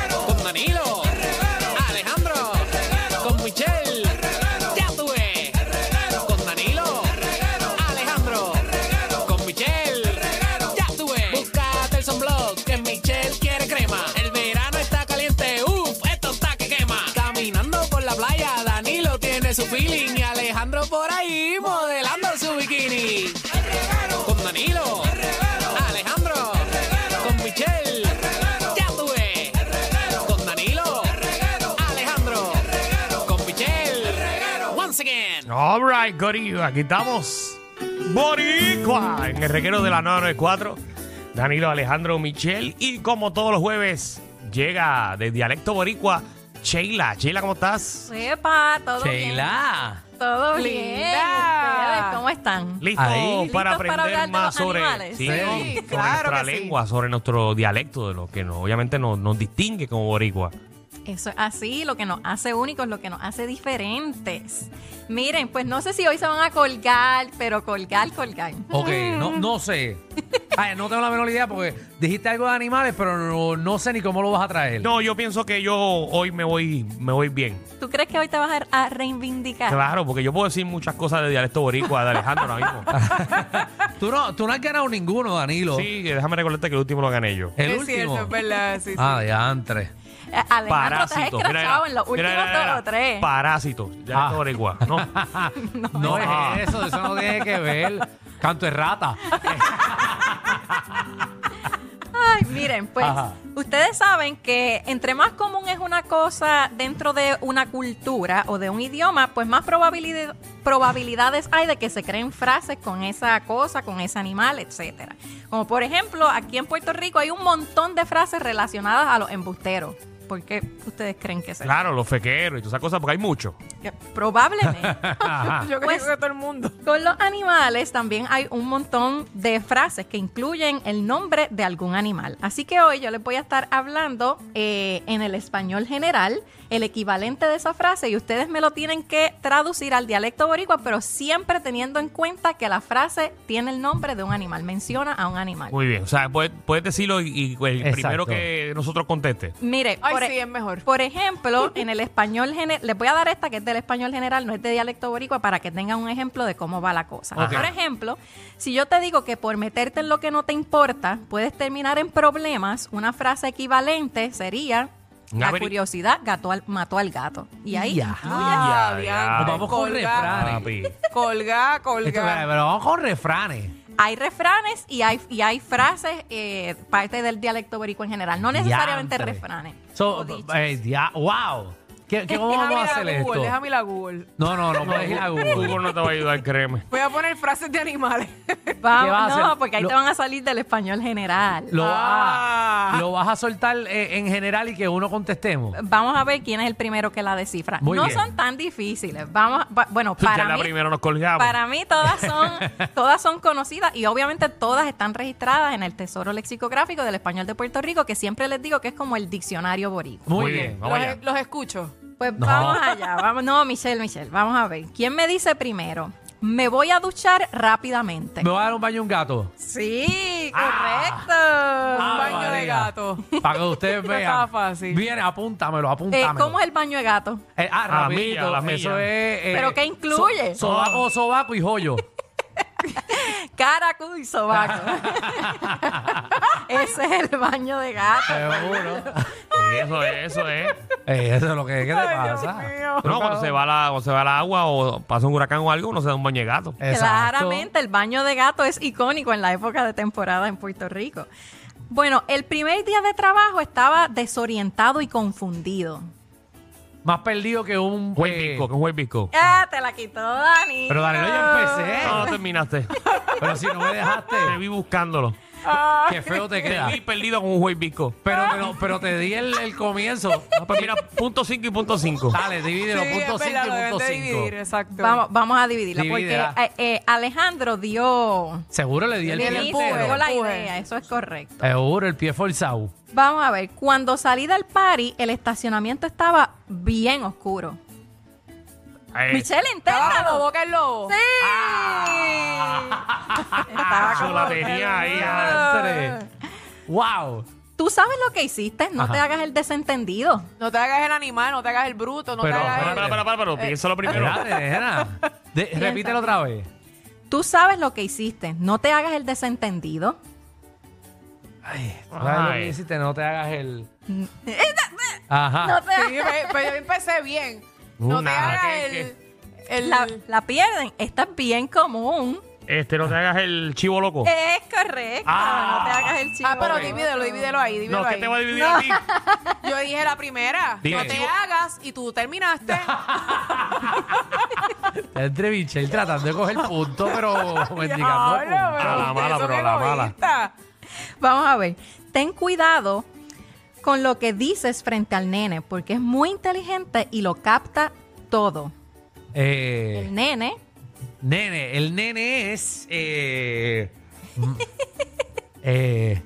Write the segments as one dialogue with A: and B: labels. A: con Danilo, Alejandro, con Michelle, ya tuve, con Danilo, Alejandro, con Michelle, ya tuve, búscate el sunblock que Michelle quiere crema, el verano está caliente, uff, esto está que quema, caminando por la playa, Danilo tiene su feeling y Alejandro por ahí modelando su bikini, con Danilo, Alejandro, con Michelle, ya tuve con Danilo, Alejandro, con Michelle, once again.
B: All right, Corillo, aquí estamos. Boricua, en el reguero de la 994. Danilo Alejandro Michel. Y como todos los jueves, llega de Dialecto Boricua, Sheila. Sheila, ¿cómo estás?
C: Sepa, todo
D: Sheila.
C: bien. Todo bien. Ustedes, ¿Cómo están?
B: ¿Listo
D: Ahí.
B: para
C: ¿Listos para
B: aprender
C: hablar de
B: más
C: los
B: sobre,
C: animales?
B: sí,
C: Sí,
B: ¿no? sobre nuestra lengua, sobre nuestro dialecto, de lo que no- obviamente nos, nos distingue como Boricua?
C: Eso es así, lo que nos hace únicos, lo que nos hace diferentes. Miren, pues no sé si hoy se van a colgar, pero colgar, colgar.
D: Ok, no, no sé. Ay, no tengo la menor idea porque dijiste algo de animales, pero no, no sé ni cómo lo vas a traer.
B: No, yo pienso que yo hoy me voy, me voy bien.
C: ¿Tú crees que hoy te vas a a reivindicar?
B: Claro, porque yo puedo decir muchas cosas de dialecto boricua de Alejandro ahora mismo.
C: Ah,
D: Tú no, tú no has ganado ninguno, Danilo.
B: Sí, déjame recordarte que el último lo gané yo.
D: El último. Ah, de antre.
C: Eh, Alejandro, te has
B: Parásito. Mira,
C: escrachado
B: mira,
C: en
B: mira,
C: los últimos
B: mira, mira.
C: dos o tres.
B: Parásito. Ya
D: Ah.
B: está boricua. No.
D: No
B: Ah.
D: es eso, eso no tiene que ver. Canto de rata.
C: Ay, miren, pues
D: Ajá.
C: ustedes saben que entre más común es una cosa dentro de una cultura o de un idioma, pues más probabilidad- probabilidades hay de que se creen frases con esa cosa, con ese animal, etcétera. Como por ejemplo, aquí en Puerto Rico hay un montón de frases relacionadas a los embusteros. ¿Por qué ustedes creen que se
B: Claro, los fequeros y todas esas cosas, porque hay mucho.
C: que Probablemente. Yo creo que todo el mundo. Pues, Con los animales también hay un montón de frases que incluyen el nombre de algún animal. Así que hoy yo les voy a estar hablando eh, en el español general el equivalente de esa frase y ustedes me lo tienen que traducir al dialecto boricua, pero siempre teniendo en cuenta que la frase tiene el nombre de un animal, menciona a un animal.
B: Muy bien. O sea, puedes, puedes decirlo y, y el
D: Exacto.
B: primero que nosotros conteste.
C: Mire,
E: Ay,
C: por,
E: sí, es mejor.
C: por ejemplo, en el español general, les voy a dar esta que es del español general, no es de dialecto boricua, para que tengan un ejemplo de cómo va la cosa.
B: Ok.
C: Por ejemplo, si yo te digo que por meterte en lo que no te importa, puedes terminar en problemas, una frase equivalente sería, la
B: Gabri-
C: curiosidad gato al- mató al gato. Y ahí, Ah.
D: Ya.
B: Ya,
E: diantre,
B: ya.
D: Nos vamos con
E: colgar,
D: refranes.
B: Papi.
E: colgar,
D: Esto, pero
E: colgar.
D: pero vamos con refranes.
C: hay refranes y hay, y hay frases, eh, parte del dialecto boricua en general, no necesariamente
D: Diantre.
C: refranes.
D: So,
C: o dichos.
D: eh, dia- wow. ¿Qué, qué- ¿Cómo
E: Déjame
D: vamos a
E: ir a
D: hacer esto?
E: Google, déjame ir a Google.
D: No, no, no puedes ir a Google.
B: Google no te va a ayudar, créeme.
E: Voy a poner frases de animales.
D: ¿Qué vas
C: Vamos,
D: a hacer?
C: no, porque ahí
D: Lo-
C: te van a salir del español general.
D: Lo, vas a-
E: Ah.
D: lo vas a soltar eh, en general y que uno contestemos.
C: Vamos a ver quién es el primero que la descifra.
D: Muy
C: no
D: bien.
C: son tan difíciles. Vamos, va- bueno,
B: ya
C: para
B: la
C: mí,
B: primera nos colgamos.
C: para mí todas son, todas son conocidas y obviamente todas están registradas en el Tesoro Lexicográfico del Español de Puerto Rico, que siempre les digo que es como el diccionario boricua.
D: Muy,
B: Muy bien,
D: bien.
B: vamos
E: los,
B: allá.
E: los escucho.
C: Pues
D: No.
C: vamos allá, vamos. No, Michelle, Michelle, vamos a ver. ¿Quién me dice primero? Me voy a duchar rápidamente.
D: Me voy a dar un baño a un gato.
C: Sí, correcto.
E: un baño de
D: Ah. María.
E: gato.
D: Para que ustedes vean.
E: estaba fácil.
D: Viene, apúntamelo,
C: Eh,
D: apúntamelo.
C: ¿Cómo es el baño de gato?
D: Eh, ah,
B: A la
D: rapidito,
B: milla, a la
D: Eso
B: milla.
D: es... eh,
C: ¿Pero qué incluye?
D: so- sobaco, sobaco y joyo.
C: Caracu y sobaco. Ese es el baño de gato.
D: Seguro.
B: Sí, eso es, eso es.
D: Eh, eso es lo que... ¿Qué te
E: Ay, Dios
D: pasa?
E: mío.
B: No, cuando se va la, cuando se va el agua o pasa un huracán o algo, uno se da un baño de gato.
D: Exacto.
C: Claramente el baño de gato es icónico en la época de temporada en Puerto Rico. Bueno, el primer día de trabajo estaba desorientado y confundido.
D: Más perdido que un...
B: Juez
D: eh,
B: Bisco, que un juez Bisco.
C: ¡Ah, te la quitó Dani! Eh.
D: Pero Danilo, yo empecé.
E: Ah.
B: No, no terminaste.
D: Pero si no me dejaste.
B: Te vi buscándolo.
D: Qué feo te queda.
B: Perdí perdido con un juez bico.
D: Pero, pero, pero te di el, el comienzo.
B: No, pues mira, punto 5 y punto 5.
C: Ah,
D: Dale, divídelo,
E: Sí,
D: punto
E: es
D: 5
E: verdad, lo
D: y
E: deben
D: punto
E: de dividir,
D: 5.
E: exacto.
C: Vamos, vamos a dividirla
D: Divídela.
C: porque eh, eh, Alejandro dio
D: Seguro le di el
C: le
D: pie
E: el
C: hizo
E: empuje,
D: entero.
E: el
C: la
E: empuje.
C: idea, eso es correcto.
D: Seguro, el pie forzado.
C: Vamos a ver, cuando salí del party, el estacionamiento estaba bien oscuro.
B: Eh,
C: Michelle,
E: Estaba como
C: inténtalo.
E: boca el lobo.
C: Sí.
B: ah,
C: Estaba
B: yo
C: como-
B: la tenía ahí. ah.
D: Diantre. ¡Wow!
C: Tú sabes lo que hiciste, no
D: Ajá.
C: te hagas el desentendido.
E: No te hagas el animal, no te hagas el bruto, no
D: Pero,
E: te hagas
B: Para,
E: el...
B: para, para, para, pero piénsalo primero.
D: Espérate, déjala. De- repítelo otra vez.
C: Tú sabes lo que hiciste, no te hagas el desentendido.
D: Ay, tú sabes lo que
B: Ay.
D: hiciste, no te hagas el. Ajá.
C: No te
E: Sí, pe- pero yo empecé bien. No te
B: Una,
E: hagas
B: que-
E: el... el- Ah,
C: la, la pierden. Esta es bien común.
B: Este, no te hagas el chivo loco.
C: Es correcto.
B: Ah.
C: no te hagas el chivo.
E: Ah, pero
C: loco.
E: divídelo, divídelo ahí, divídelo
B: no, ¿qué
E: ahí.
B: te voy a dividir a ti?
E: Yo dije la primera.
B: Dime.
E: No te hagas y tú terminaste.
D: Entre Michelle tratando de coger punto, pero
E: Diablo,
D: mendigando punto.
E: pero
B: A la
E: usted,
B: mala,
E: eso
B: pero
E: que
B: a la
E: no
B: mala.
E: vista.
C: Vamos a ver. Ten cuidado con lo que dices frente al nene, porque es muy inteligente y lo capta todo.
D: Eh,
C: El nene,
D: nene, el nene es. Eh, mm, eh,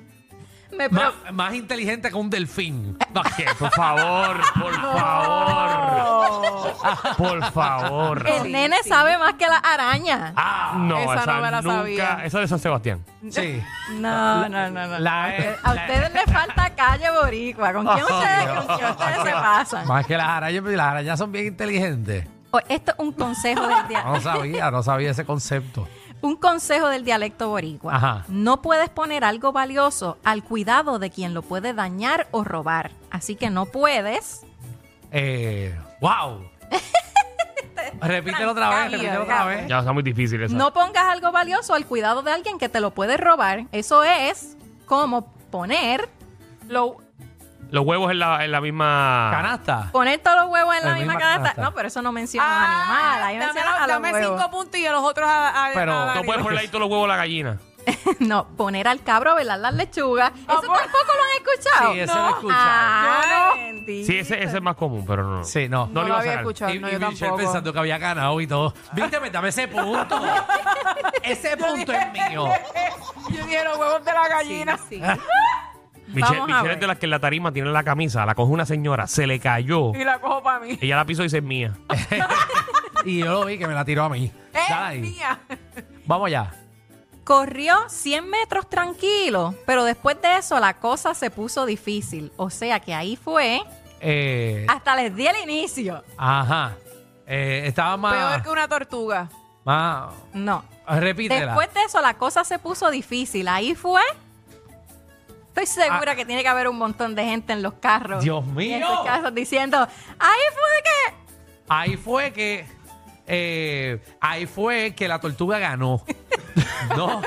C: me
D: más,
C: pro-
D: más inteligente que un delfín. No, que-
B: Por favor, por favor. Por favor.
C: el nene sabe más que la araña.
B: Ah, no,
E: Esa
B: esa,
E: no me la
B: nunca.
E: sabía.
B: Esa de San Sebastián.
D: Sí.
C: No, no, no,
B: pues,
C: no.
D: La-
E: Eh.
C: A ustedes les falta calle boricua. ¿Con quién ustedes, con quién ustedes se pasan?
D: Más que las arañas, porque las arañas son bien inteligentes.
C: O- Oh, Esto es un consejo del día.
D: No sabía, no sabía ese concepto.
C: Un consejo del dialecto boricua.
D: Ajá.
C: No puedes poner algo valioso al cuidado de quien lo puede dañar o robar. Así que no puedes.
D: Eh, ¡Wow! repítelo otra vez,
C: trancando,
D: repítelo otra vez.
B: Ya está muy difícil esa.
C: No pongas algo valioso al cuidado de alguien que te lo puede robar. Eso es como poner,
E: Lo-
B: Los huevos en la, en la misma.
D: Canasta.
C: poner todos los huevos en la
D: La
C: misma
D: misma
C: canasta.
D: canasta.
C: No, pero eso no menciona
E: Ah,
C: animal. Ahí
E: dame
C: menciona a los
E: dame
C: huevos.
E: cinco puntos y a los otros a, a-
D: Pero
E: a
D: no
B: No puedes ponerle ahí todos los huevos a la gallina.
C: No, poner al cabro a velar las lechugas. Eso
E: por-
C: tampoco lo han escuchado.
D: Sí, eso lo he escuchado.
C: Ah,
E: Yo no.
C: bendito.
B: Sí, ese, ese es más común, pero no.
D: Sí, no.
B: No
E: No
B: lo
E: lo
B: iba a
E: había
B: sacar.
E: escuchado,
D: y,
E: no,
D: y
E: yo
D: Michelle
E: tampoco.
D: pensando que había ganado y todo. Viste, me dame ese punto. ese punto es mío.
E: Yo dije los huevos de la gallina.
C: Sí, sí.
B: Michelle,
C: Vamos a
B: Michelle
C: ver.
B: es de las que en la tarima tiene la camisa, la coge una señora, se le cayó.
E: Y la cojo para mí.
B: Ella la pisó y dice es mía.
D: Y yo lo vi que me la tiró a mí.
E: ¡Eh,
D: Dale ahí.
E: mía!
D: Vamos allá.
C: Corrió 100 metros tranquilo, pero después de eso la cosa se puso difícil. O sea que ahí fue,
D: Eh,
C: hasta les di el inicio.
D: Ajá. Eh, estaba
E: Ah. Peor
D: más.
E: que una tortuga.
D: más
C: No.
D: repítela.
C: Después de eso la cosa se puso difícil. Ahí fue. Estoy segura
D: Ah.
C: que tiene que haber un montón de gente en los carros.
D: Dios
C: y
D: mío.
C: En estos casos diciendo, ahí fue que...
D: Ahí fue que. eh, ahí fue que la tortuga ganó. no.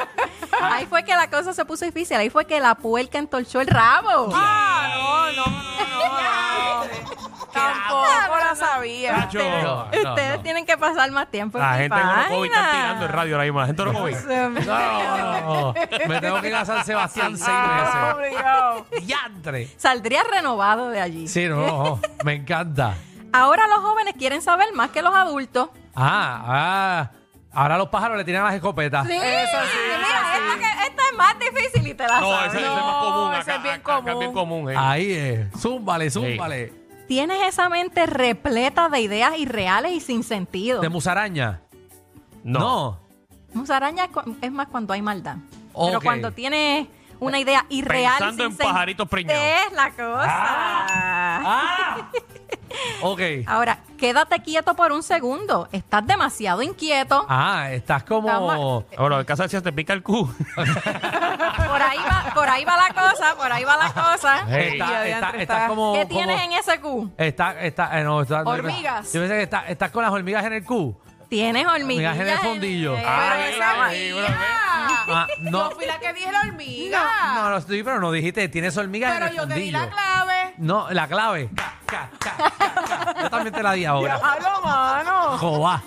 C: Ahí fue que la cosa se puso difícil. Ahí fue que la puerca entorchó el rabo.
E: ¡Ah, no, no, no! no. Tampoco la sabía.
B: Nacho,
D: No, no,
C: Ustedes
D: no.
C: tienen que pasar más tiempo en
B: la
C: mi
B: gente no lo COVID está
C: página.
B: tirando el radio ahora mismo. La gente no lo COVID.
C: Se me-
D: No, no, no. Oh, Me tengo que ir a San Sebastián
E: Ah,
D: seis
E: obligado.
D: veces. ¡Diantre!
C: Saldría renovado de allí.
D: Sí, no, no, me encanta.
C: Ahora los jóvenes quieren saber más que los adultos.
D: Ah, ah. Ahora los pájaros le tiran las escopetas.
E: Eso sí,
C: mira,
E: eso sí.
C: Esta, que- esta es más difícil y te la
B: No,
C: sabes.
B: ese, ese es
E: No,
B: más común.
E: ese
B: Acá,
E: es bien
B: acá- acá es
E: común.
B: bien común. eh.
D: Ahí es. Zúmbale, zúmbale.
C: Tienes esa mente repleta de ideas irreales y sin sentido.
D: ¿De musaraña?
B: No.
C: Musaraña es cu- es más cuando hay maldad. Pero
D: Ok.
C: cuando tienes una idea irreal
B: Pensando
C: sin
B: en
C: sen-
B: pajaritos preñados.
C: Es la cosa.
D: ¡Ah! Ok.
C: Ahora, quédate quieto por un segundo. Estás demasiado inquieto.
D: Ah, estás como.
C: Estamos-
B: Ahora, en casa decía, te pica el cu.
C: Por ahí va, por ahí va la cosa, por ahí va la
D: Ah.
C: cosa.
D: Está-
E: Sí,
D: está-
E: adiante,
D: estás
E: está-
D: como.
C: ¿Qué
D: como-
C: tienes en ese Q?
D: Está, está, eh, no, está-
E: Hormigas.
D: Yo pensé que está- estás con las hormigas en el cu.
C: Tienes hormigas.
D: Hormigas en el fondillo.
C: eh,
E: Pero
B: Ay,
E: esa
B: ay,
E: amiga.
D: Ah, no.
E: Yo fui la que dije la hormiga.
D: No, no, sí, pero no dijiste, tienes hormigas
E: Pero
D: en el
E: yo te di
D: fondillo.
E: la clave.
D: No, la clave. Ca, ca, ca, ca, ca. Yo también te la di ahora.
E: ¡Halo, mano!
D: Jobá.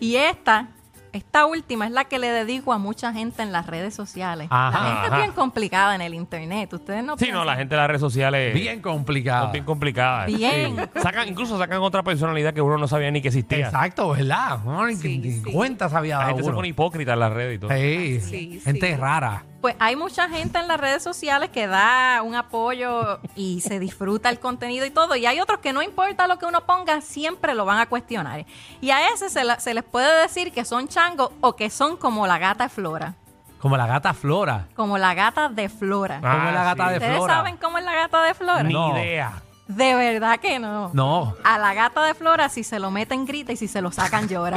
C: Y esta Esta última es la que le dedico a mucha gente en las redes sociales.
D: Ajá,
C: la gente
B: ajá.
C: es bien complicada en el internet. Ustedes no
B: Sí, no,
C: piensan-
B: la gente de las redes sociales
D: Bien complicado.
B: son bien complicada.
C: Bien.
B: Sacan, incluso sacan otra personalidad que uno no sabía ni que existía.
D: Exacto, ¿verdad? No, ni,
E: Sí,
D: ni
E: sí. Ah,
D: cuenta sabía
B: La gente se
D: uno. Eh,
B: pone hipócrita en las redes y todo.
D: Sí,
E: Sí,
D: gente
E: sí.
D: rara.
C: Pues hay mucha gente en las redes sociales que da un apoyo y se disfruta el contenido y todo. Y hay otros que no importa lo que uno ponga, siempre lo van a cuestionar. Y a ese se, la- se les puede decir que son changos o que son como la gata de Flora.
D: Como la gata Flora.
C: Como la gata de Flora.
B: Ah,
D: como la gata
B: sí.
D: de
C: ¿Ustedes
D: Flora.
C: saben cómo es la gata de Flora?
B: Ni
D: No.
B: idea.
C: De verdad que no.
D: No.
C: A la gata de Flora, si se lo meten, grita y si se lo sacan, llora.